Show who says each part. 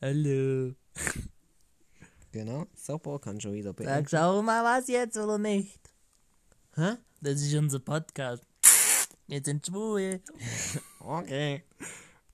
Speaker 1: Hallo.
Speaker 2: Genau, super, kann schon wieder beenden.
Speaker 1: Sagst du auch mal was jetzt oder nicht?
Speaker 2: Hä?
Speaker 1: Das ist unser Podcast. Wir sind schwul.
Speaker 2: Okay.